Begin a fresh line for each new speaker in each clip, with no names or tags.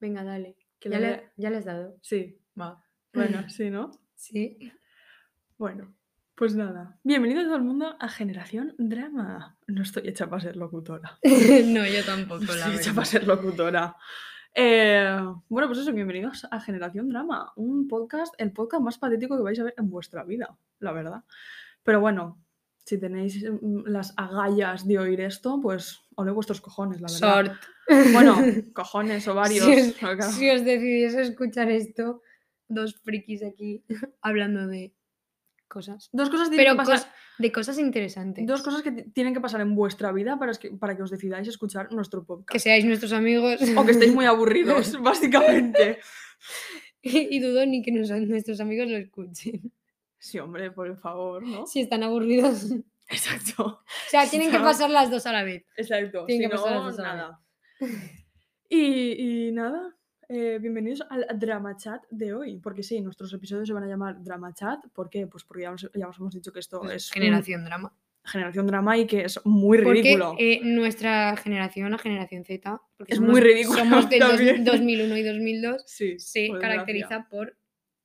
Venga, dale. que
¿Ya
lo
le,
vea-
ya le has dado.
Sí, va. Bueno, sí, ¿no?
Sí.
Bueno, pues nada. Bienvenido todo el mundo a Generación Drama. No estoy hecha para ser locutora.
no, yo tampoco,
No
la
estoy hecha
verdad.
para ser locutora. Eh, bueno, pues eso, bienvenidos a Generación Drama, un podcast, el podcast más patético que vais a ver en vuestra vida, la verdad. Pero bueno, si tenéis mm, las agallas de oír esto, pues ole vuestros cojones, la verdad.
Sort.
Bueno, cojones, ovarios.
Si os-
claro.
Si os decidís a escuchar esto, dos frikis aquí hablando de cosas.
Dos cosas tienen
Pero
que pasar-
cos- de cosas interesantes.
Dos cosas que ti- tienen que pasar en vuestra vida para, es que, para que os decidáis a escuchar nuestro
Que
podcast.
seáis nuestros amigos.
O que estéis muy aburridos, básicamente.
y dudo ni que nos- nuestros amigos lo escuchen.
Sí, hombre, por favor, ¿no?
Si están aburridos. O
Exacto.
sea, tienen que
No.
pasar las dos a la vez.
Exacto.
Tienen que
si
pasar
no,
las dos horas.
nada. Y, y nada, eh, bienvenidos al Drama Chat de hoy. Porque sí, nuestros episodios se van a llamar Drama Chat. ¿Por qué? Pues porque ya os, ya os hemos dicho que esto es un-
generación drama.
generación drama y que es muy ridículo.
Porque eh, nuestra generación, la generación Z, porque
Es muy ridículo
Somos del dos-
también.
2001 y 2002,
sí,
se
por desgracia.
caracteriza por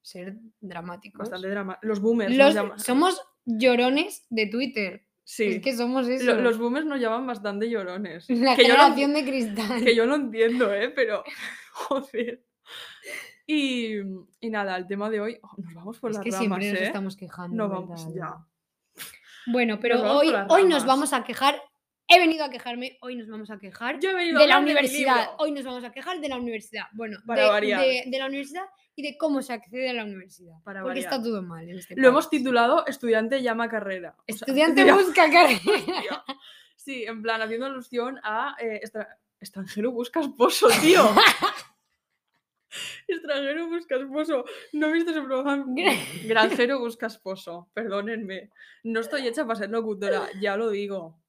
ser dramáticos.
Pues, Bastante drama. Los boomers. nos
Los-
llaman-
somos llorones de Twitter.
sí.
Es que somos eso.
Lo- los boomers nos llaman bastante llorones.
la
que yo lo-
generación de cristal.
Que yo lo entiendo, ¿eh? Pero, joder. Y, y nada, el tema de hoy... oh, nos vamos por
es
las
que
ramas,
siempre nos
¿eh?
estamos quejando.
Nos
¿verdad?
vamos ya.
Bueno, pero
Nos vamos por
hoy,
las
hoy nos
ramas.
vamos a quejar. He venido a quejarme, hoy nos vamos a quejar
Yo he venido a
de la
hablar mi
universidad.
libro.
hoy nos vamos a quejar de la universidad. Bueno,
Para
de,
variar.
de- de la universidad y de cómo se accede a la universidad.
Para
porque
variar.
está todo mal en este
Lo hemos
país.
titulado Estudiante llama carrera. O sea,
Estudiante
tía,
busca carrera.
hostia. Sí, en plan, haciendo alusión a... eh, extra- Extranjero busca esposo, tío. Extranjero busca esposo. No he visto ese programa. Granjero busca esposo. Perdónenme. No estoy hecha para ser locutora, ya lo digo.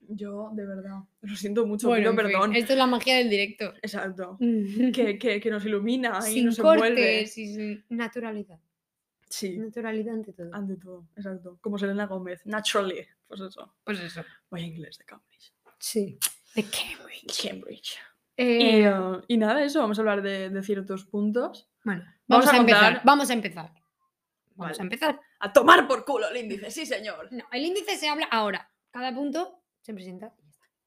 Yo, de verdad. Lo siento mucho,
Bueno,
pido
en fin, eh,
perdón.
esto es la magia del directo.
Exacto.
Sin
Que, que- que nos ilumina y nos envuelve.
cortes y sin naturalidad.
Sí,
Naturalidad ante todo.
ante todo, exacto. Como Selena Gómez, naturally. Pues eso.
Pues eso.
Vaya inglés de Cambridge.
Sí. De Cambridge.
Cambridge.
Eh,
Y, eh, y nada, eso, vamos a hablar de, de ciertos puntos.
bueno, vamos,
vamos a
a, empezar.
contar-
Vamos a empezar. Vamos
Vale.
a empezar.
A tomar por culo el índice, sí, señor.
No, el índice se habla ahora. Cada punto se presenta.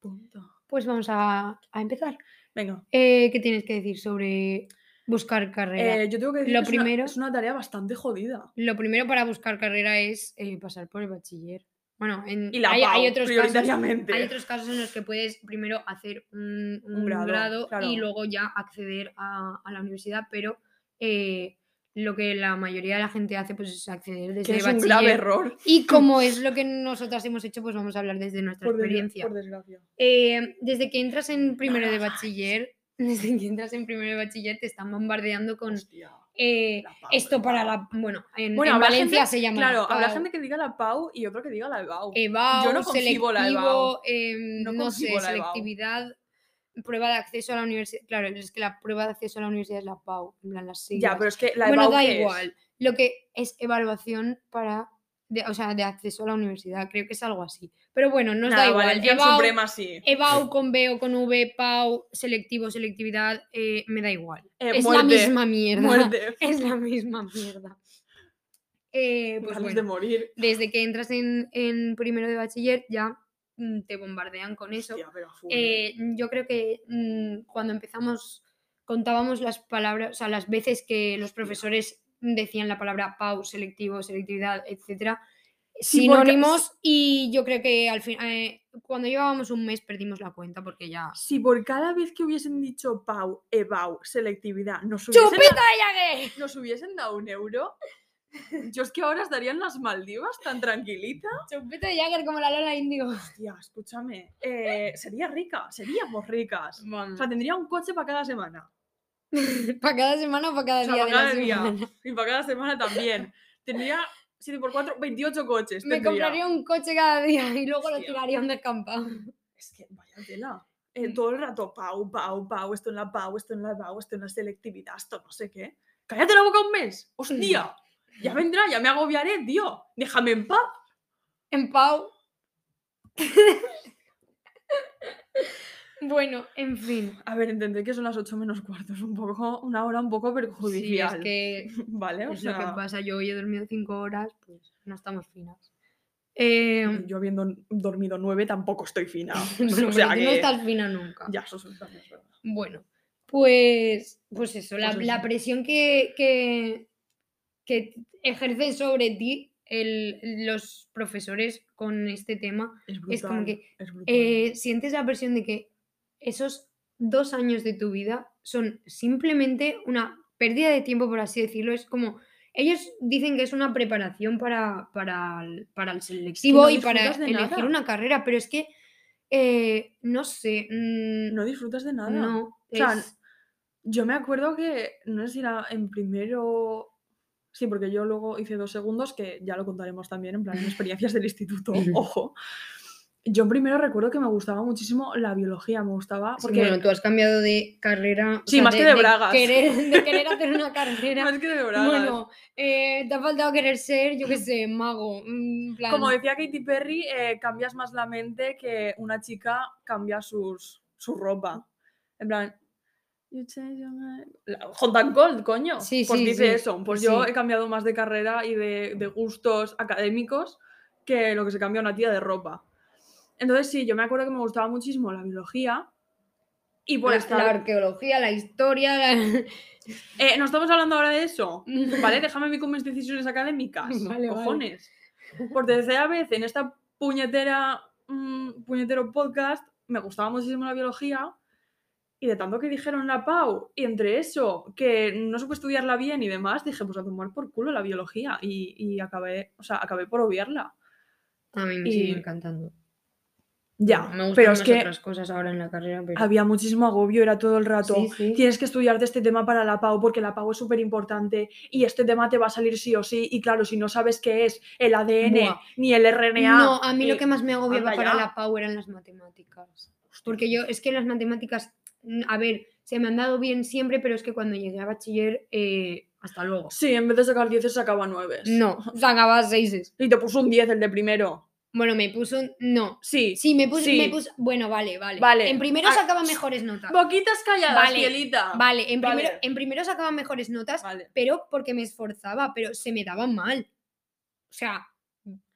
Punto.
Pues vamos a, a empezar.
Venga.
Eh, ¿Qué tienes que decir sobre buscar carrera?
Eh, yo tengo que decir
Lo
que es una-
primero-
es una tarea bastante jodida.
Lo primero para buscar carrera es eh, pasar por el bachiller. Bueno, en-
y la
hay, hay
PAU,
otros casos.
prioritariamente.
Hay otros casos en los que puedes primero hacer un, un
grado,
grado,
claro.
y luego ya acceder a, a la universidad, pero eh, lo que la mayoría de la gente hace pues es acceder
que
desde
es un
bachiller.
grave error.
Y como es lo que nosotras hemos hecho, pues vamos a hablar desde nuestra
Por, desgra-
experiencia.
por desgracia.
Eh, desde que entras en primero de
lo hagáis.
bachiller, desde que entras en primero de bachiller te están bombardeando con
Hostia,
eh,
la PAU,
esto
la
para
PAU.
la bueno, en,
Bueno,
en
habrá
Valencia
gente-
se llama
Claro,
PAU.
habrá
Eh,
gente que diga la PAU y otro que diga la EBAU.
EBAU,
no concibo la EBAU.
selectivo, em,
No
no, sé,
concibo la EBAU.
selectividad, prueba de acceso a la universidad. Claro, es que la prueba de acceso a la universidad es la PAU, en plan las siglas.
ya, pero es que la
bueno,
EBAU
da
¿qué es?
igual. Lo que es evaluación para, de, o sea, de acceso a la universidad, creo que es algo así. Pero bueno, nos
Nada,
da igual. eh,
Valenciaga
EBAU,
Suprema sí.
EBAU con B o con V, PAU, selectivo, selectividad, eh, me da igual.
Eh,
es la
muerte,
misma mierda.
Muerte.
Es la misma mierda. Eh, pues
Ganas
bueno
de morir.
desde que entras en, en primero de bachiller ya mm, te bombardean con eso.
Hostia, pero a full.
Eh, yo creo que mm, cuando empezamos contábamos las palabras, o sea, las veces que los profesores decían la palabra pau, selectivo, selectividad, etcétera,
Sí, porque-
sinónimos y yo creo que al fin, eh, cuando llevábamos un mes perdimos la cuenta porque ya
Si por cada vez que hubiesen dicho PAU, EBAU, selectividad, nos hubiesen,
chupito de Jagger!
nos hubiesen dado un euro, yo es que ahora estaría en las Maldivas tan tranquilita.
Chupito de Jagger como la Lola Índigo.
Hostia, escúchame. eh, sería rica, seríamos ricas. O sea, tendría un coche para cada semana.
para cada semana o para cada
O sea,
día
para
de la
cada día.
semana.
Y para cada semana también. Tendría 7x4, 28 coches.
Me
tendría.
compraría un coche cada día y luego lo
Hostia.
tiraría a un Mm. descampado.
Es que vaya tela. Eh, todo el rato, pau, pau, pau, esto en la pau, esto en la pau, esto en la selectividad, esto no sé qué. ¡Cállate la boca un mes! ¡Hostia!
Mm.
Ya vendrá, ya me agobiaré, tío. Déjame en paz.
En Pau. Bueno, en fin.
A ver, entendé que son las 8 menos cuarto, es un poco, una hora un
Sí,
poco
es
perjudicial.
que
Vale, o
es lo que
sea,
pasa. Yo hoy he dormido cinco horas, pues no estamos finas.
Mm.
Eh,
yo habiendo dormido 9 tampoco estoy fina.
bueno,
o
pero
sea
tú
que...
no estás fina nunca.
Ya, eso es también es verdad.
Bueno, pues, pues eso, la,
Pues
la
eso.
presión que, que, que ejercen sobre ti el- los profesores con este tema,
Es brutal.
Es como que,
es brutal.
eh, sientes la presión de que esos dos años de tu vida son simplemente una pérdida de tiempo, por así decirlo. Es como, ellos dicen que es una preparación para, para, el- para el selectivo y para
disfrutas de
elegir
nada.
una carrera, pero es que, eh, no sé, mm,
No disfrutas de nada.
no,
sea,
es-
Yo me acuerdo que, no sé si era en primero... Sí, porque yo luego hice dos segundos, que ya lo contaremos también, en plan, en experiencias del instituto,
Ujú.
ojo. Yo primero recuerdo que me gustaba muchísimo la biología, me gustaba,
Sí,
porque...
bueno, tú has cambiado de carrera.
Sí, más que de bragas.
Querer, de querer hacer una carrera.
Más que de bragas.
bueno, eh, te ha faltado querer ser, yo qué sé, mago. mm, en plan,
Como decía Katy Perry, eh, cambias más la mente que una chica cambia sus, su ropa. En plan... "You change your mind". La- Hot and Cold, coño.
Sí,
pues
sí,
dice
sí,
eso. Pues yo
sí.
he cambiado más de carrera y de, de gustos académicos que lo que se cambia una tía de ropa. Entonces sí, yo me acuerdo que me gustaba muchísimo la biología y pues, por
la,
estar...
la arqueología, la historia. la-
Eh, no estamos hablando ahora de eso. Vale, déjame a mí con mis decisiones académicas.
Vale, vale.
cojones. Por tercera vez en esta puñetera mm, puñetero podcast me gustaba muchísimo la biología y de tanto que dijeron la Pau y entre eso que no supe estudiarla bien y demás dije pues a tomar por culo la biología y, y acabé o sea acabé por obviarla
A mí me
Y-
sigue encantando.
ya
Me gustan
pero
más
es que
otras cosas ahora en la carrera. Pero...
había muchísimo agobio era todo el rato
Sí, sí.
tienes que estudiarte este tema para la PAU porque la PAU es súper importante y este tema te va a salir sí o sí y claro, si no sabes qué es el ADN
Buah.
ni el RNA...
No, a mí
eh,
lo que más me agobiaba
anda
para
ya.
la Pau eran las matemáticas. Porque yo, es que las matemáticas, mm, a ver, se me han dado bien siempre, pero es que cuando llegué a bachiller, eh, hasta luego.
Sí, en vez de sacar 10 sacaba 9.
No, sacaba seises.
Y te puso un 10 el de primero.
Bueno, me puso. un- No.
Sí.
Sí, me puso.
Sí.
Me puso bueno, vale, vale.
Vale.
En primero
Ah,
sacaba
sh-
mejores notas.
Boquitas calladas,
Vale,
Fielita.
Vale, en primero,
vale.
en primero sacaba mejores notas,
Vale.
pero porque me esforzaba, pero se me daban mal. O sea,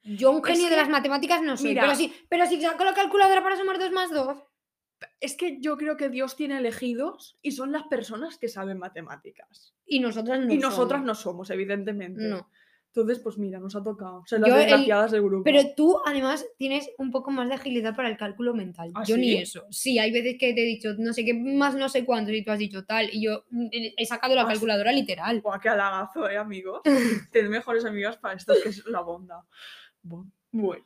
yo un
Es
genio de
que-
las matemáticas no soy.
mira.
Pero sí, pero si saco la calculadora para sumar dos más dos.
Es que yo creo que Dios tiene elegidos y son las personas que saben matemáticas.
Y nosotras no.
y nosotras
somos.
no somos, evidentemente.
No.
Entonces, pues mira, nos ha tocado. Ser las
Yo el-
desgraciadas del grupo.
Pero tú además tienes un poco más de agilidad para el cálculo mental.
¿Ah,
yo ni
sí?
eso. Sí, hay veces que te he dicho no sé qué más no sé cuánto y tú has dicho tal y yo mm, he sacado la
Ah, sí.
calculadora literal.
Buah, qué halagazo, ¿eh, amigos? Tener mejores amigas para esto, que es la bondad. Bu- Bueno,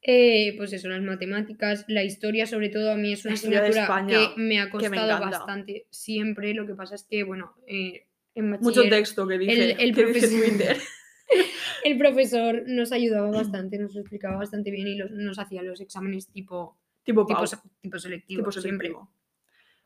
Eh, pues eso, las matemáticas, la historia sobre todo a mí es
La
una
historia de
asignatura
España,
que me ha
que me
costado
encanta.
bastante siempre. Lo que pasa es que, bueno, eh, en
mucho
bachiller
texto que dije,
el
que dije
profesor-
Twitter.
el profesor nos ayudaba bastante, nos lo explicaba bastante bien y los- nos hacía los exámenes tipo,
tipo
tipo,
Pau,
se- tipo selectivo,
tipo
siempre.
selectivo.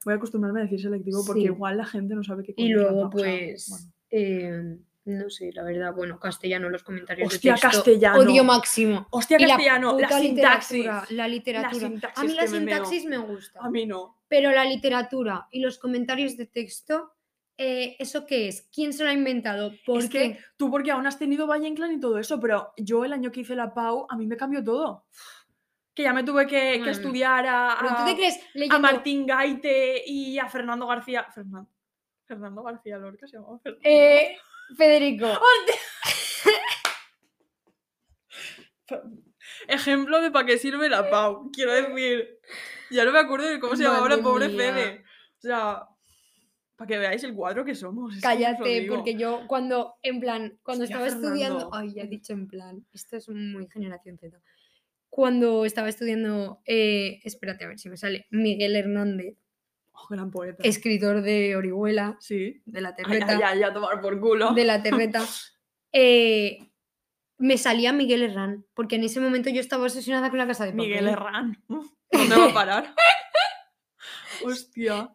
Voy a acostumbrarme a decir selectivo porque
Sí.
igual la gente no sabe qué
Y
coño es la
luego,
Pau, o sea,
pues,
bueno.
eh, no sé, la verdad, bueno, castellano, los comentarios de
Hostia,
texto,
castellano.
odio máximo.
Hostia,
Y la
castellano, la,
puta
sintaxis.
literatura, La literatura. a
sintaxis
mí la
que me meo.
sintaxis me gusta.
A mí no.
Pero la literatura y los comentarios de texto, eh, ¿eso qué es? ¿Quién se lo ha inventado? ¿Por
es
qué?
que tú porque aún has tenido Valle Inclán y todo eso, pero yo el año que hice la Pau, a mí me cambió todo. Que ya me tuve que, que
Madre mía.
estudiar a...
Mm. ¿Pero tú
a-
te crees
ah, a
leyendo?
Martín Gaite y a Fernando García. Fernando, Fernando García Lorca se llamaba. Fernando.
Eh, Federico.
Fe- Ejemplo de para qué sirve la Pau, quiero decir. Ya no me acuerdo de cómo se llamaba la
Madre
pobre
mía.
Fede. O sea, para que veáis el cuadro que somos. es que os lo
Cállate,
digo.
porque yo cuando, en plan, cuando
Hostia,
estaba estudiando,
Fernando.
ay, ya he dicho en plan, esto es muy generación Z. Cuando estaba estudiando, eh, espérate a ver si me sale, Miguel Hernández,
Oh, gran poeta.
escritor de Orihuela,
Sí.
de la
Ay,
terreta,
ay, ay, a tomar por culo.
de la terreta, eh, me salía Miguel Herrán, porque en ese momento yo estaba obsesionada con la casa de papel.
Miguel Herrán. Uf, No te va a parar. Hostia.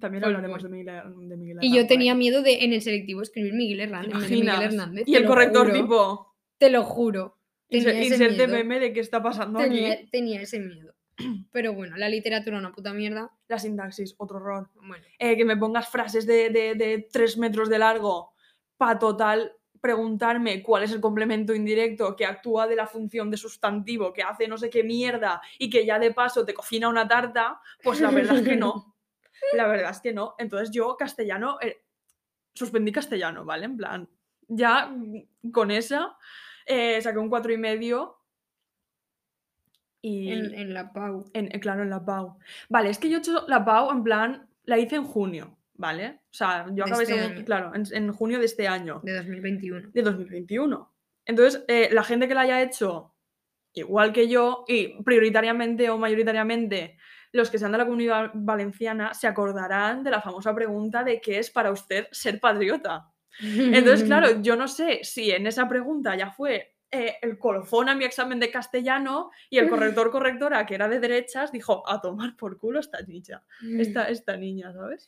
También
Pues
hablaremos
bueno.
de Miguel, Her- de Miguel
Y
Herrán
yo
por ahí.
tenía miedo de en el selectivo escribir Miguel Herrán, en vez de Miguel
Imaginas.
Hernández.
Y
te
el
lo
corrector
juro,
tipo.
Te lo juro.
Inse-
tenía ese
Inserte
miedo.
meme de qué está pasando aquí.
Tenía, tenía ese miedo. Pero bueno, la literatura una puta mierda.
La sintaxis, otro horror.
Bueno,
Eh, que me pongas frases de, de, de tres metros de largo para total preguntarme cuál es el complemento indirecto que actúa de la función de sustantivo, que hace no sé qué mierda y que ya de paso te cocina una tarta, pues la verdad es que no. La verdad es que no. Entonces yo castellano, eh, suspendí castellano, ¿vale? En plan, ya mm, con esa eh, saqué un cuatro y medio. Y
en, en la Pau.
en- eh, claro, en la PAU. Vale, es que yo he hecho la PAU en plan, la hice en junio, ¿vale? O sea, yo
De
acabé
este
segun-
año.
claro, en, en junio de este año,
De 2021.
de 2021. Entonces, eh, la gente que la haya hecho igual que yo y prioritariamente o mayoritariamente los que sean de la comunidad valenciana se acordarán de la famosa pregunta de qué es para usted ser patriota. Entonces, claro, yo no sé si en esa pregunta ya fue eh, el colofón a mi examen de castellano y el corrector correctora, que era de derechas, dijo, a tomar por culo esta niña, esta, esta niña, ¿sabes?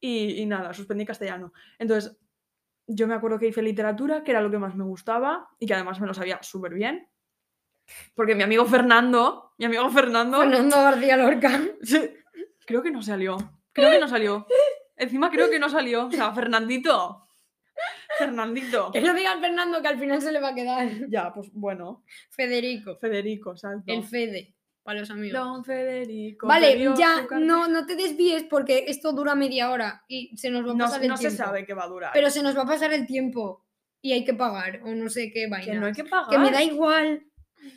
Y, y nada, suspendí castellano. Entonces, yo me acuerdo que hice literatura, que era lo que más me gustaba y que además me lo sabía súper bien. Porque mi amigo Fernando, mi amigo Fernando,
Fernando García Lorca.
creo que no salió, creo que no salió. Encima creo que no salió, o sea, Fernandito. Fernandito.
Que no digan Fernando que al final se le va a quedar.
Ya, pues bueno,
Federico.
Federico, exacto.
El Fede. Para los amigos.
Don Federico. te
Vale,
dio
ya,
su car-
no, no te desvíes porque esto dura media hora y se nos va a
No,
pasar el
no se
tiempo.
sabe qué va a durar.
Pero se nos va a pasar el tiempo y hay que pagar o no sé qué vaina.
que no hay que pagar.
Que me da igual.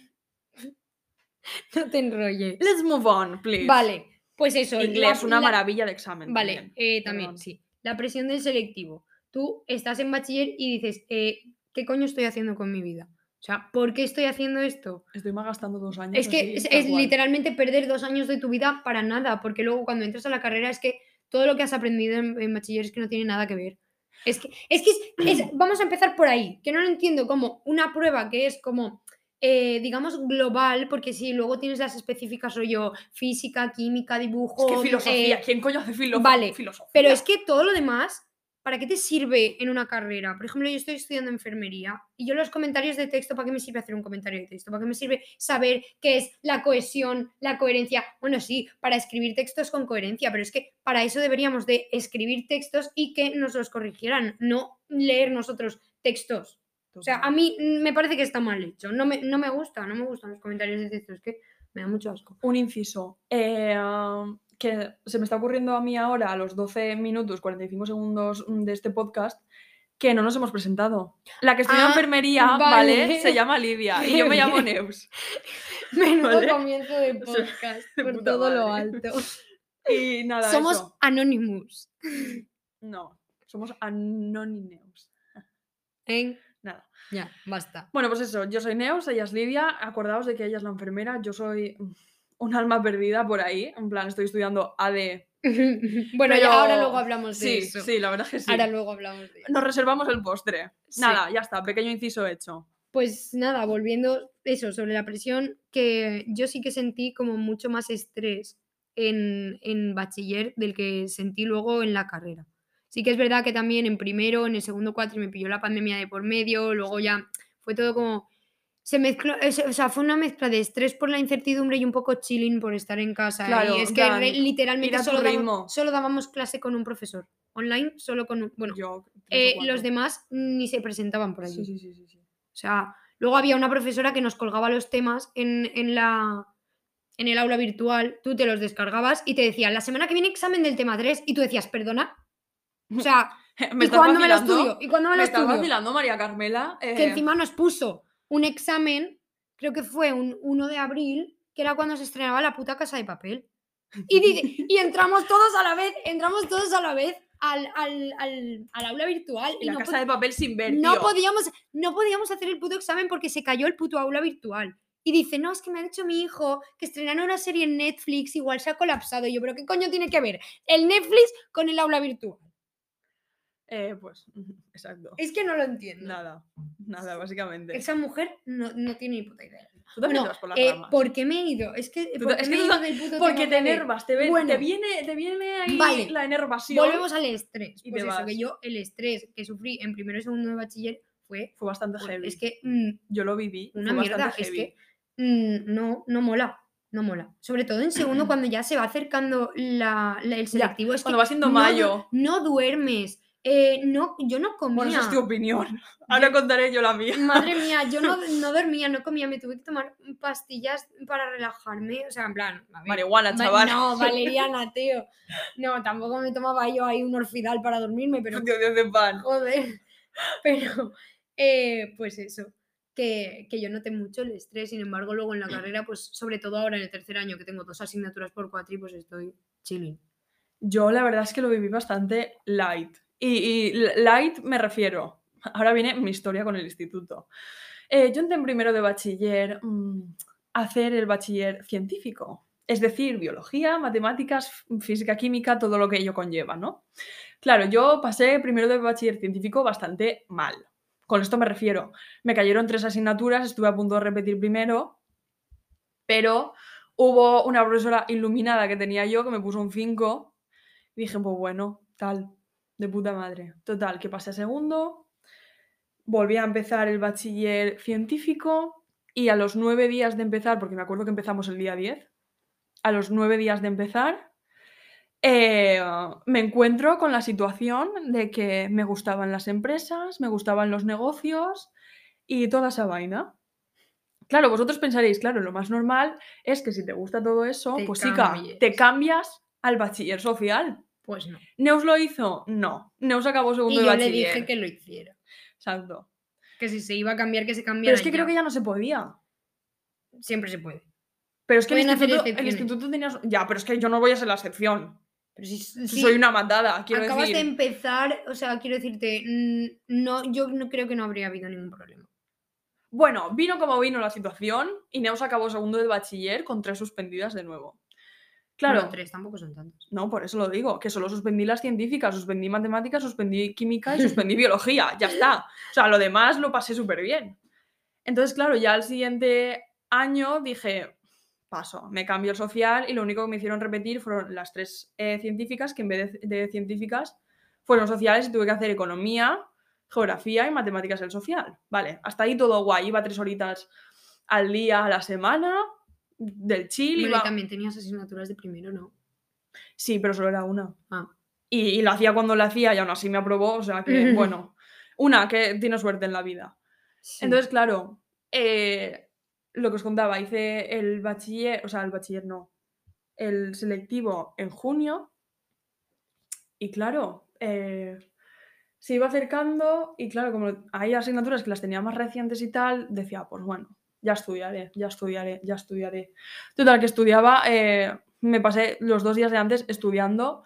no te enrolles.
Let's move on, please.
Vale, pues eso.
Inglés,
la-
una
la-
maravilla de examen.
Vale,
también.
eh, también,
perdón.
sí. La presión del selectivo. Tú estás en bachiller y dices, eh, ¿qué coño estoy haciendo con mi vida? O sea, ¿por qué estoy haciendo esto?
Estoy malgastando dos años.
Es que
así,
es,
tal
es
cual.
literalmente perder dos años de tu vida para nada, porque luego cuando entras a la carrera es que todo lo que has aprendido en, en bachiller es que no tiene nada que ver. Es que es, que es- es- vamos a empezar por ahí, que no lo entiendo como una prueba que es como, eh, digamos, global, porque si luego tienes las específicas, rollo física, química,
Es
dibujo,
que filosofía.
eh,
¿Quién coño hace filo-
vale,
filosofía?
pero es que todo lo demás, ¿para qué te sirve en una carrera? Por ejemplo, yo estoy estudiando enfermería y yo los comentarios de texto, ¿para qué me sirve hacer un comentario de texto? ¿Para qué me sirve saber qué es la cohesión, la coherencia? Bueno, sí, para escribir textos con coherencia, pero es que para eso deberíamos de escribir textos y que nos los corrigieran, no leer nosotros textos. O sea, a mí mm, me parece que está mal hecho. No me, no me gusta, no me gustan los comentarios de texto, es que me da mucho asco.
Un inciso. eh, um, que se me está ocurriendo a mí ahora, a los 12 minutos, 45 segundos mm, de este podcast, que no nos hemos presentado. La que estudia
Ah,
enfermería, vale.
vale.
se llama Lidia y yo me llamo Neus.
Menudo
Vale.
comienzo de
O sea,
podcast,
de
por
puta
todo lo
madre.
alto.
Y nada,
Somos
eso.
Anonymous.
No, somos anonineus.
¿eh?
Nada.
Ya, basta.
Bueno, pues eso, yo soy Neus, ella es Lidia. Acordaos de que ella es la enfermera, yo soy mm, un alma perdida por ahí. En plan, estoy estudiando AD.
bueno, ya ahora
pero-
luego hablamos de
sí,
eso.
Sí, la verdad es que sí.
Ahora luego hablamos de eso.
Nos reservamos el postre.
Sí.
Nada, ya está, pequeño inciso hecho.
Pues nada, volviendo eso, sobre la presión, que yo sí que sentí como mucho más estrés en, en bachiller del que sentí luego en la carrera. Sí que es verdad que también en primero, en el segundo cuatri me pilló la pandemia de por medio, luego ya fue todo como... Se mezcló, es- o sea, fue una mezcla de estrés por la incertidumbre y un poco chilling por estar en casa. ¿eh?
Claro,
y es
en
que
plan,
re-
ir
literalmente
a tu
solo, daba-
ritmo.
solo dábamos clase con un profesor. Online, solo con un... Bueno,
Yo,
eh, los demás ni se presentaban por allí.
Sí, sí, sí, sí, sí.
O sea, luego había una profesora que nos colgaba los temas en, en la, en el aula virtual, tú te los descargabas y te decía, la semana que viene examen del tema 3 y tú decías, perdona. O sea, ¿y
Me estás
cuándo me lo
vacilando?
estudio? ¿Y cuándo me lo
Me estás
estudio?
vacilando, María Carmela.
Que
eh,
encima nos puso un examen, creo que fue un 1 de abril, que era cuando se estrenaba la puta casa de papel. Y, dice- y entramos todos a la vez, entramos todos a la vez al, al- al- al aula virtual.
y
y
la
no
casa
pod-
de papel sin ver.
no
tío.
podíamos, no podíamos hacer el puto examen porque se cayó el puto aula virtual. Y dice, no, es que me ha dicho mi hijo que estrenaron una serie en Netflix, igual se ha colapsado. Y yo, pero ¿qué coño tiene que ver el Netflix con el aula virtual?
Eh, pues, exacto.
Es que no lo entiendo.
Nada, nada, básicamente.
Esa mujer no, no tiene ni puta idea.
Tú
Bueno,
también te vas por las
eh,
ramas.
¿por qué me he ido? Es que,
Tú
¿por
ta-
qué
es
me
que
he
tú
ido
ta-
del puto
Porque
tema
te
otra vez?
enervas, te, ve- te
Bueno.
viene, te viene ahí
Vale.
la enervación.
Volvemos al estrés.
y
Pues
te
eso, que
vas.
yo el estrés que sufrí en primero y segundo de bachiller fue...
Fue bastante
bueno,
heavy.
Es que mm,
Yo lo viví.
una
fue
mierda,
bastante
es
heavy.
que mm, no, no mola. no mola. Sobre todo en segundo, cuando ya se va acercando la, la- el selectivo. es que
Cuando va siendo
no du-
mayo.
No duermes. eh, no, yo no comía.
Bueno, esa es tu opinión. Ahora contaré yo la mía.
Madre mía, yo no, no dormía, no comía, me tuve que tomar pastillas para relajarme. O sea, en plan, a ver,
Marihuana,
va-
chaval.
No, valeriana, tío. No, tampoco me tomaba yo ahí un orfidal para dormirme, pero
Dios, Dios de pan.
Joder. Pero, eh, pues eso, que, que yo noté mucho el estrés, sin embargo, luego en la carrera, pues sobre todo ahora en el tercer año, que tengo dos asignaturas por cuatri, pues estoy chilling.
Yo la verdad es que lo viví bastante light. Y, y l- light me refiero. Ahora viene mi historia con el instituto. Eh, yo entré en primero de bachiller mm, a hacer el bachiller científico. Es decir, biología, matemáticas, f- física, química, todo lo que ello conlleva, ¿no? Claro, yo pasé primero de bachiller científico bastante mal. Con esto me refiero. Me cayeron tres asignaturas, estuve a punto de repetir primero, pero hubo una profesora iluminada que tenía yo que me puso un 5 dije, pues bueno, tal, de puta madre. Total, que pasé a segundo, volví a empezar el bachiller científico y a los nueve días de empezar, porque me acuerdo que empezamos el día 10, a los nueve días de empezar, eh, me encuentro con la situación de que me gustaban las empresas, me gustaban los negocios y toda esa vaina. Claro, vosotros pensaréis, claro, lo más normal es que si te gusta todo eso,
Te
pues chica, te
cambies.
cambias al bachiller social.
Pues no.
¿Neus lo hizo? No. Neus acabó
Y
segundo de
yo le
bachiller.
dije que lo hiciera.
Exacto.
Que si se iba a cambiar, que se cambiara.
Pero es que creo que ya no se podía.
Siempre se puede.
Pero es que el
Pueden hacer
instituto, el
excepciones.
instituto tenía... su- Ya, pero es que yo no voy a ser la excepción.
Pero si,
Si
si
Soy una mandada, quiero
acabas
decir.
de empezar, o sea, quiero decirte, mm, no, yo no creo que no habría habido ningún problema.
Bueno, vino como vino la situación y Neus acabó segundo de bachiller con tres suspendidas de nuevo. Claro,
Bueno, tres tampoco son tantos.
no, por eso lo digo, que solo suspendí las científicas, suspendí matemáticas, suspendí química y suspendí biología, ya está. O sea, lo demás lo pasé súper bien. Entonces, claro, ya al siguiente año dije, paso, me cambio el social y lo único que me hicieron repetir fueron las tres eh, científicas, que en vez de, de científicas fueron sociales y tuve que hacer economía, geografía y matemáticas del social. Vale, hasta ahí todo guay, iba tres horitas al día, a la semana, del chill,
Bueno,
iba...
y también tenías asignaturas de primero, ¿no?
Sí, pero solo era una.
Ah.
Y, y lo hacía cuando lo hacía y aún así me aprobó, o sea que, bueno, una que tiene suerte en la vida.
Sí.
Entonces, claro, eh, lo que os contaba, hice el bachiller, o sea, el bachiller no, el selectivo en junio y claro, eh, se iba acercando y claro, como hay asignaturas que las tenía más recientes y tal, decía, pues bueno, ya estudiaré, ya estudiaré, ya estudiaré. Total, que estudiaba, eh, me pasé los dos días de antes estudiando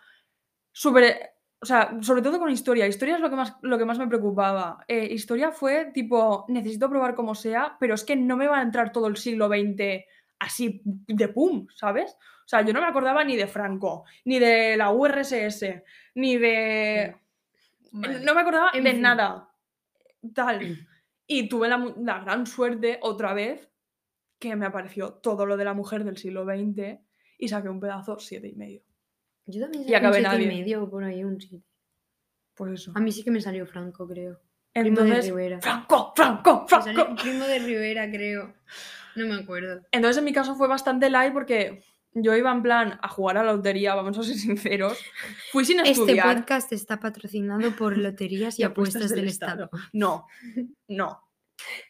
sobre... O sea, sobre todo con historia. Historia es lo que más, lo que más me preocupaba. Eh, historia fue tipo, necesito probar como sea, pero es que no me va a entrar todo el siglo XX así de pum, ¿sabes? O sea, yo no me acordaba ni de Franco, ni de la URSS, ni de...
Vale.
No me acordaba
En
de
fin.
nada. Tal. Y tuve la, mu- la gran suerte otra vez que me apareció todo lo de la mujer del siglo XX y saqué un pedazo siete y medio.
Yo también
Y
saqué un
acabé
siete y
nadie.
medio por ahí, un siete.
Pues eso.
A mí sí que me salió Franco, creo. Primo de
Entonces,
Rivera.
Franco, Franco,
Me salió
Franco.
primo de Rivera, creo. No me acuerdo.
Entonces en mi caso fue bastante light porque yo iba en plan a jugar a la lotería, vamos a ser sinceros. Fui sin
Este
estudiar.
podcast está patrocinado por loterías y apuestas del Estado.
No, no.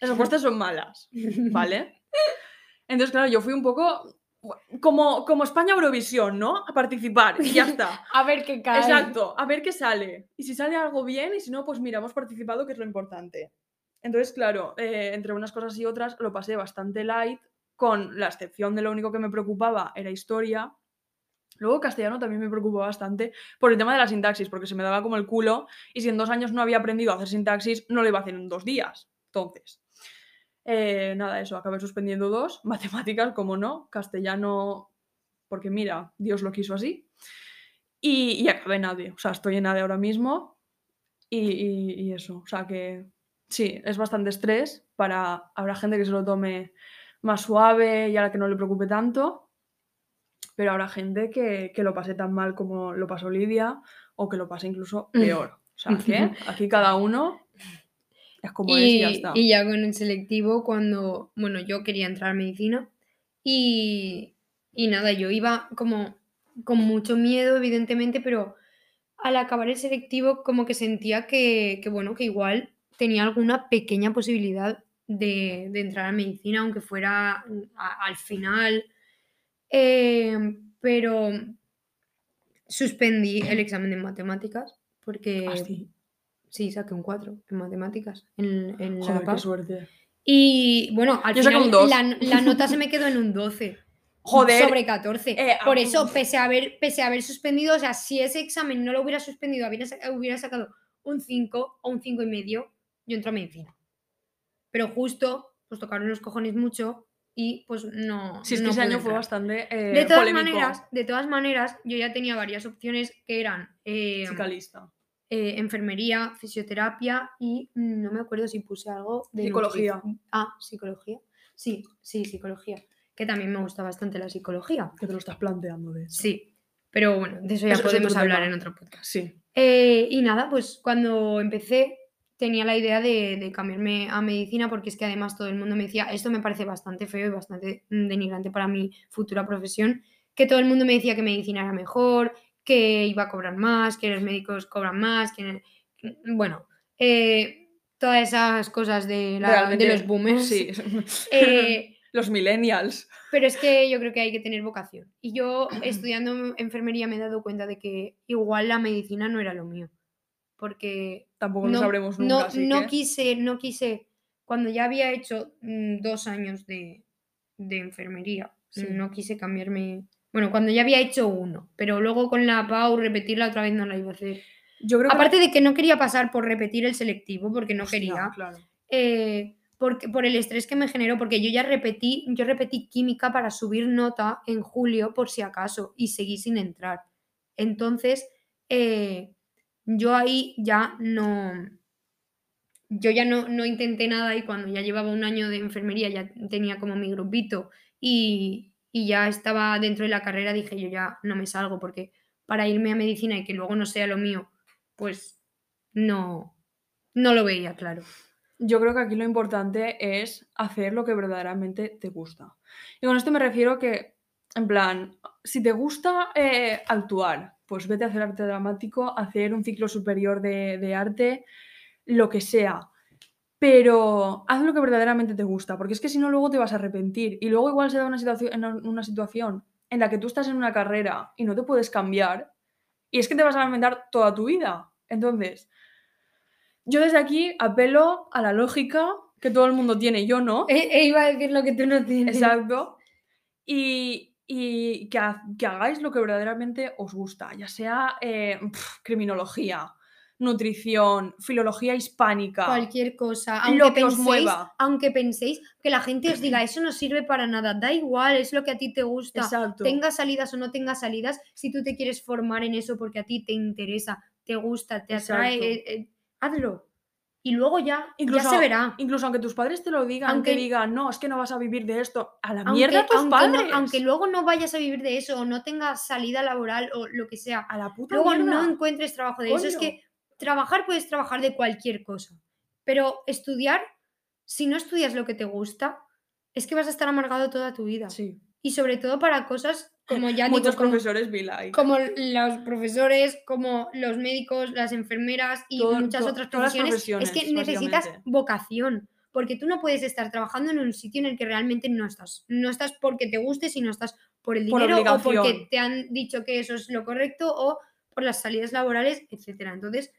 Las apuestas son malas. ¿vale? Entonces, claro, yo fui un poco bu- como, como España Eurovisión, ¿no? A participar y ya está.
A ver qué cae.
Exacto, a ver qué sale. Y si sale algo bien y si no, pues mira, hemos participado, que es lo importante. Entonces, claro, eh, entre unas cosas y otras lo pasé bastante light, con la excepción de lo único que me preocupaba era historia. Luego castellano también me preocupó bastante por el tema de la sintaxis, porque se me daba como el culo y si en dos años no había aprendido a hacer sintaxis, no lo iba a hacer en dos días. Entonces, eh, nada, eso, acabé suspendiendo dos, matemáticas, como no, castellano, porque mira, Dios lo quiso así, y, y acabé en ADE, o sea, estoy en ADE ahora mismo, y, y- y eso, o sea que sí, es bastante estrés, para, habrá gente que se lo tome más suave y a la que no le preocupe tanto, pero habrá gente que, que lo pase tan mal como lo pasó Lidia, o que lo pase incluso
Mm.
peor. O sea, que aquí cada uno es como es y ya
Y,
está.
y ya con el selectivo, cuando. Bueno, yo quería entrar a medicina. Y, Y nada, yo iba como con mucho miedo, evidentemente, pero al acabar el selectivo como que sentía que, que bueno, que igual tenía alguna pequeña posibilidad de, de entrar a medicina, aunque fuera a- al final. Eh, pero suspendí el examen de matemáticas porque...
Asti.
Sí, saqué un 4 en matemáticas. En, en la
Ah, Joder, qué
PAS.
suerte.
Y bueno, al
Yo saqué
final
un dos.
La, la nota se me quedó en un 12.
Joder.
Sobre 14.
Eh,
Por
ah,
eso, pese a, haber, pese a haber suspendido, o sea, si ese examen no lo hubiera suspendido, hubiera, sa- hubiera sacado un 5 o un 5 y medio, yo entro a medicina. Pero justo, pues tocaron los cojones mucho y pues no.
Sí, es que
no
ese
pude
año fue
entrar.
bastante eh,
De todas,
polémico.
maneras, de todas maneras, yo ya tenía varias opciones que eran eh,
Chica lista.
eh, enfermería, fisioterapia y mm, no me acuerdo si puse algo de
Psicología.
nutrición. Ah, psicología. Sí, sí, psicología. Que también me gusta bastante la psicología.
Que te lo estás planteando, de hecho.
Sí, pero bueno, de eso ya
Eso es otro
podemos hablar
tema.
en otro podcast.
Sí.
Eh, y nada, pues cuando empecé tenía la idea de, de cambiarme a medicina porque es que además todo el mundo me decía, esto me parece bastante feo y bastante mm, denigrante para mi futura profesión, que todo el mundo me decía que medicina era mejor, que iba a cobrar más, que los médicos cobran más, que... Bueno, eh, todas esas cosas de, la- de
Realmente,
los boomers.
Sí.
Eh,
Los millennials.
pero es que yo creo que hay que tener vocación. Y yo estudiando enfermería me he dado cuenta de que igual la medicina no era lo mío. Porque
Tampoco lo
no,
sabremos nunca.
no,
así
no
que-
quise, no quise, cuando ya había hecho mm, dos años de, de enfermería,
Sí.
no quise cambiarme. Bueno, cuando ya había hecho uno, pero luego con la PAU repetirla otra vez no la iba a hacer.
Yo creo que-
Aparte de que no quería pasar por repetir el selectivo porque no
Hostia,
quería
claro.
eh, porque, por el estrés que me generó, porque yo ya repetí, yo repetí química para subir nota en julio por si acaso y seguí sin entrar. Entonces, eh, yo ahí ya no, yo ya no, no intenté nada y cuando ya llevaba un año de enfermería ya tenía como mi grupito y, y ya estaba dentro de la carrera, dije yo ya no me salgo porque para irme a medicina y que luego no sea lo mío, pues no, no lo veía claro.
Yo creo que aquí lo importante es hacer lo que verdaderamente te gusta. Y con esto me refiero que, en plan, si te gusta eh, actuar, pues vete a hacer arte dramático, hacer un ciclo superior de, de arte, lo que sea. Pero haz lo que verdaderamente te gusta, porque es que si no, luego te vas a arrepentir. Y luego igual se da una situación, en una situación en la que tú estás en una carrera y no te puedes cambiar, y es que te vas a lamentar toda tu vida. Entonces, yo desde aquí apelo a la lógica que todo el mundo tiene, yo no.
E, e iba a decir lo que tú no tienes.
Exacto. Y, y que, ha- que hagáis lo que verdaderamente os gusta, ya sea eh, pf, criminología, nutrición, filología hispánica.
Cualquier cosa. Aunque
Lo que os
penséis,
mueva.
Aunque penséis que la gente os diga, eso no sirve para nada, da igual, es lo que a ti te gusta.
Exacto.
Tenga salidas o no tenga salidas, si tú te quieres formar en eso porque a ti te interesa, te gusta, te atrae,
Exacto.
eh, eh, hazlo. Y luego ya,
Incluso-
ya se verá.
Incluso aunque tus padres te lo digan, aunque
Aunque-
digan, no, es que no vas a vivir de esto, a la
Aunque-
mierda tus
aunque no-
padres.
aunque luego no vayas a vivir de eso o no tengas salida laboral o lo que sea,
a la puta
luego
Ah, mierda.
no encuentres trabajo de eso. Es
Coño.
que trabajar puedes trabajar de cualquier cosa, pero estudiar, si no estudias lo que te gusta, es que vas a estar amargado toda tu vida.
Sí.
Y sobre todo para cosas como ya digo,
Muchos
como,
profesores vi like.
como los profesores, como los médicos, las enfermeras y
Todo-
muchas
to-
otras
todas las
profesiones. es que
profesiones,
necesitas
básicamente.
vocación. Porque tú no puedes estar trabajando en un sitio en el que realmente no estás. No estás porque te guste, sino estás por el
Por
dinero o porque
obligación.
te han dicho que eso es lo correcto o por las salidas laborales, etcétera. Entonces,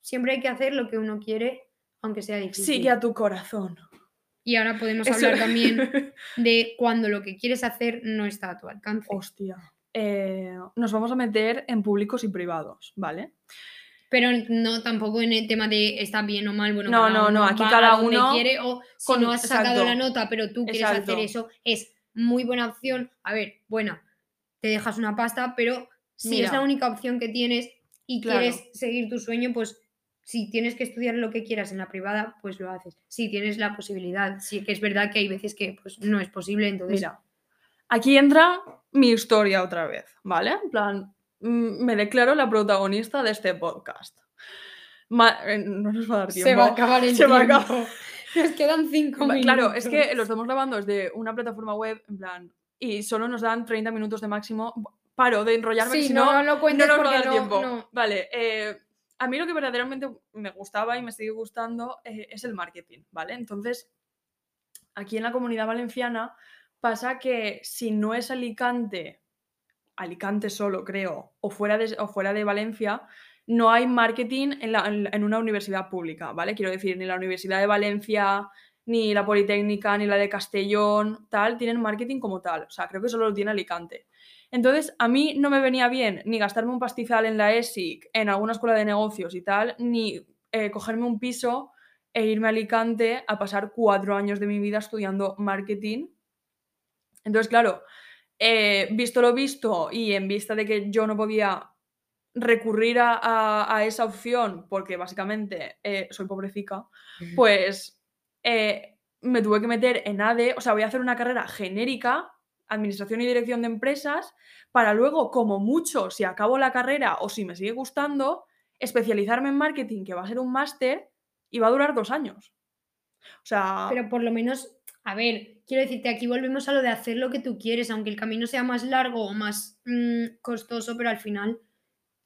siempre hay que hacer lo que uno quiere, aunque sea difícil.
Sigue a tu corazón.
Y ahora podemos
Eso-
hablar también de cuando lo que quieres hacer no está a tu alcance.
Hostia. Eh, nos vamos a meter en públicos y privados, ¿vale?
Pero no tampoco en el tema de está bien o mal, bueno,
No,
cada
no, no,
uno
aquí
va
cada
a donde
uno
quiere o si
con-
no has sacado la
exacto,
nota, pero tú quieres hacer
exacto.
eso, es muy buena opción. A ver, buena, te dejas una pasta, pero si es la
Mira.
única opción que tienes y
Claro.
quieres seguir tu sueño, pues si tienes que estudiar lo que quieras en la privada, pues lo haces. Si tienes la posibilidad, sí que es verdad que hay veces que pues no es posible, entonces
Mira, aquí entra mi historia otra vez, ¿vale? En plan, mm, me declaro la protagonista de este podcast. Ma- eh, no nos va a dar tiempo.
acabar
Se va a acabar.
tiempo. Nos quedan cinco
Va-
minutos.
Claro, es que lo estamos grabando desde una plataforma web, en plan, y solo nos dan 30 minutos de máximo. Paro de enrollarme, que
Sí,
si
no,
no,
no lo cuentes
no nos va a
porque
dar
no-
tiempo.
no.
Vale, eh, a mí lo que verdaderamente me gustaba y me sigue gustando eh, es el marketing, ¿vale? Entonces, aquí en la comunidad valenciana pasa que si no es Alicante, Alicante solo creo, o fuera de, o fuera de Valencia, no hay marketing en, la- en la- en una universidad pública, ¿vale? Quiero decir, ni la Universidad de Valencia, ni la Politécnica, ni la de Castellón, tal, tienen marketing como tal. O sea, creo que solo lo tiene Alicante. Entonces, a mí no me venía bien ni gastarme un pastizal en la ESIC, en alguna escuela de negocios y tal, ni eh, cogerme un piso e irme a Alicante a pasar cuatro años de mi vida estudiando marketing. Entonces, claro, eh, visto lo visto y en vista de que yo no podía recurrir a, a- a esa opción, porque básicamente eh, soy pobrecica, pues eh, me tuve que meter en ADE, o sea, voy a hacer una carrera genérica, administración y dirección de empresas, para luego, como mucho, si acabo la carrera o si me sigue gustando, especializarme en marketing, que va a ser un máster y va a durar dos años. O sea,
Pero por lo menos, a ver, quiero decirte, aquí volvemos a lo de hacer lo que tú quieres, aunque el camino sea más largo o más mm, costoso, pero al final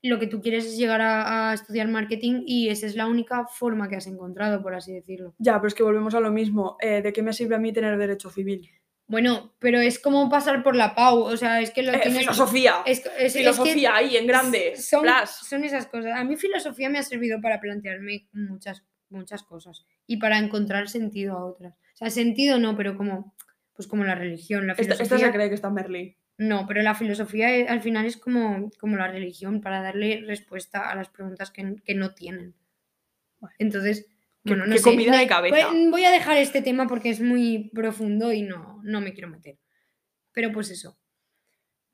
lo que tú quieres es llegar a, a estudiar marketing y esa es la única forma que has encontrado, por así decirlo.
ya, pero es que volvemos a lo mismo. eh, ¿De qué me sirve a mí tener derecho civil?
Bueno, pero es como pasar por la PAU, o sea, es que lo
Eh,
tienes...
filosofía.
es- es- es que
filosofía ahí en grande.
s- Son,
Blas.
son esas cosas. A mí filosofía me ha servido para plantearme muchas, muchas cosas y para encontrar sentido a otras. O sea, sentido no, pero como, pues como la religión, la
Esta,
filosofía.
esta se cree que está en Merlí.
No, pero la filosofía eh, al final es como, como la religión, para darle respuesta a las preguntas que, n- que no tienen.
Bueno.
Entonces,
Qué-
bueno, no
qué
sé,
comida
no-
de cabeza.
voy- Voy a dejar este tema porque es muy profundo y no, no me quiero meter. Pero pues eso.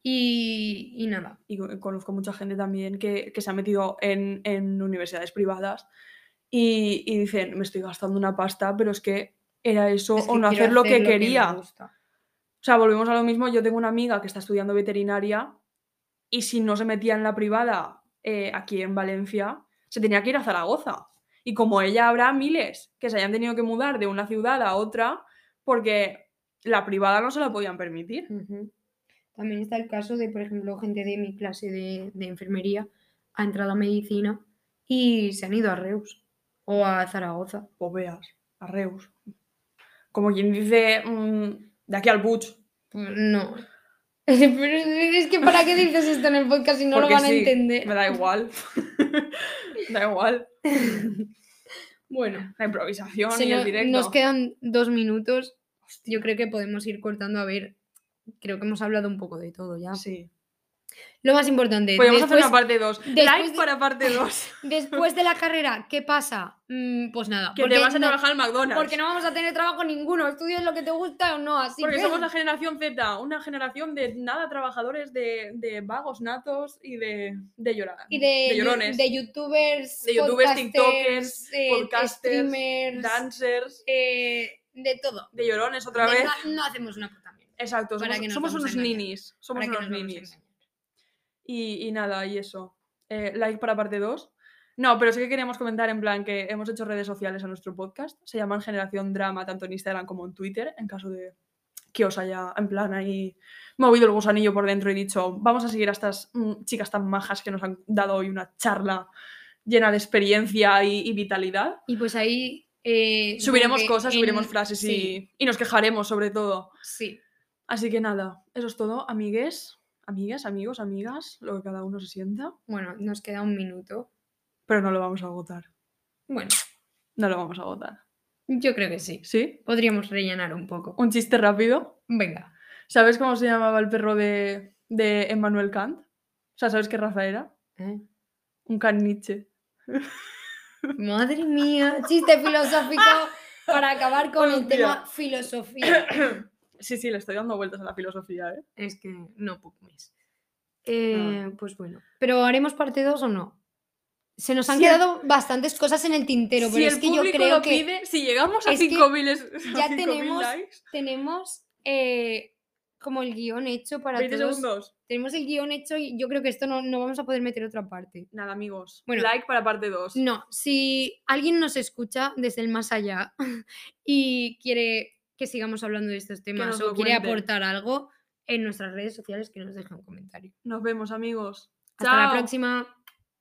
Y, y nada.
y co- conozco mucha gente también que, que se ha metido en, en universidades privadas y, y dicen, me estoy gastando una pasta, pero es que era eso
es
o
que
no
quiero
hacer lo que
me
quería.
gusta.
o sea, volvemos a lo mismo, yo tengo una amiga que está estudiando veterinaria y si no se metía en la privada eh, aquí en Valencia, se tenía que ir a Zaragoza. Y como ella habrá miles que se hayan tenido que mudar de una ciudad a otra porque la privada no se la podían permitir.
Ujú. También está el caso de, por ejemplo, gente de mi clase de, de enfermería ha entrado a medicina y se han ido a Reus o a Zaragoza.
Pues veas, a Reus. Como quien dice, mm, de aquí al Butch.
Pues No. Pero es que para qué dices esto en el podcast si no
Porque
lo van a
sí,
entender.
Me da igual. da igual.
Bueno,
La improvisación
se
y
no-
el directo.
nos quedan dos minutos. Yo creo que podemos ir cortando a ver. Creo que hemos hablado un poco de todo ya.
Ah, Sí.
Lo más importante,
Podemos hacer
Eh, después,
una parte 2.
después
Like
de-
para parte 2.
después de la carrera, ¿qué pasa? Mm, pues nada.
Que
porque
te vas a
no-
trabajar al McDonald's.
Porque no vamos a tener trabajo ninguno. Estudies lo que te gusta o no. Así
Porque
que-
somos la generación Z, una generación de nada trabajadores, de, de vagos natos y de, de llorar.
Y de,
de llorones.
de youtubers,
De youtubers,
podcasters,
tiktokers,
eh,
podcasters,
streamers,
Dancers,
eh, de todo.
de llorones otra
De
vez.
No, no hacemos una puta mierda.
Exacto,
Para
somos,
que nos
somos
vamos a
unos
engañar.
ninis.
¿Para
Somos
qué
unos
nos vamos a
ninis.
engañar?
Y, y nada, y eso. Eh, like para parte 2. No, pero sí que queríamos comentar en plan que hemos hecho redes sociales a nuestro podcast. Se llaman Generación Drama, tanto en Instagram como en Twitter, en caso de que os haya en plan ahí movido el gusanillo por dentro y dicho, vamos a seguir a estas mm, chicas tan majas que nos han dado hoy una charla llena de experiencia y, y vitalidad.
Y pues ahí. eh, supongo
Subiremos
que
cosas, subiremos
en-
frases
Sí,
y, y nos quejaremos sobre todo.
sí.
Así que nada, eso es todo, amigues, amigas, amigos, amigas, lo que cada uno se sienta,
Bueno, nos queda un minuto.
pero no lo vamos a agotar.
Bueno,
No lo vamos a votar.
yo creo que sí.
¿Sí?
Podríamos rellenar un poco.
Un chiste rápido.
Venga.
¿Sabes cómo se llamaba el perro de, de Emmanuel Kant? O sea, ¿sabes qué raza era?
¿eh?
Un caniche.
Madre mía, chiste filosófico para acabar con el
Hostia.
tema filosofía.
Sí, sí, le estoy dando vueltas a la filosofía, ¿eh?
Es que no puc més.
Ah.
Eh, Pues bueno. ¿Pero haremos parte 2 o no? Se nos han
Si el-
quedado bastantes cosas en el tintero,
si
pero
el
es que yo
público
creo
lo
que
pide, si llegamos a
es que
5.000 es- a
ya
5.000
tenemos
likes,
tenemos eh, como el guión hecho para
20
todos.
segundos.
Tenemos el guión hecho y yo creo que esto no, no vamos a poder meter otra parte.
Nada, amigos.
Bueno.
like para parte 2.
No, si alguien nos escucha desde el más allá y quiere que sigamos hablando de estos temas
nos
o
lo
quiere
cuenten.
aportar algo,
en nuestras redes sociales que nos dejen un comentario.
Nos vemos, amigos.
Hasta la
Chao.
próxima.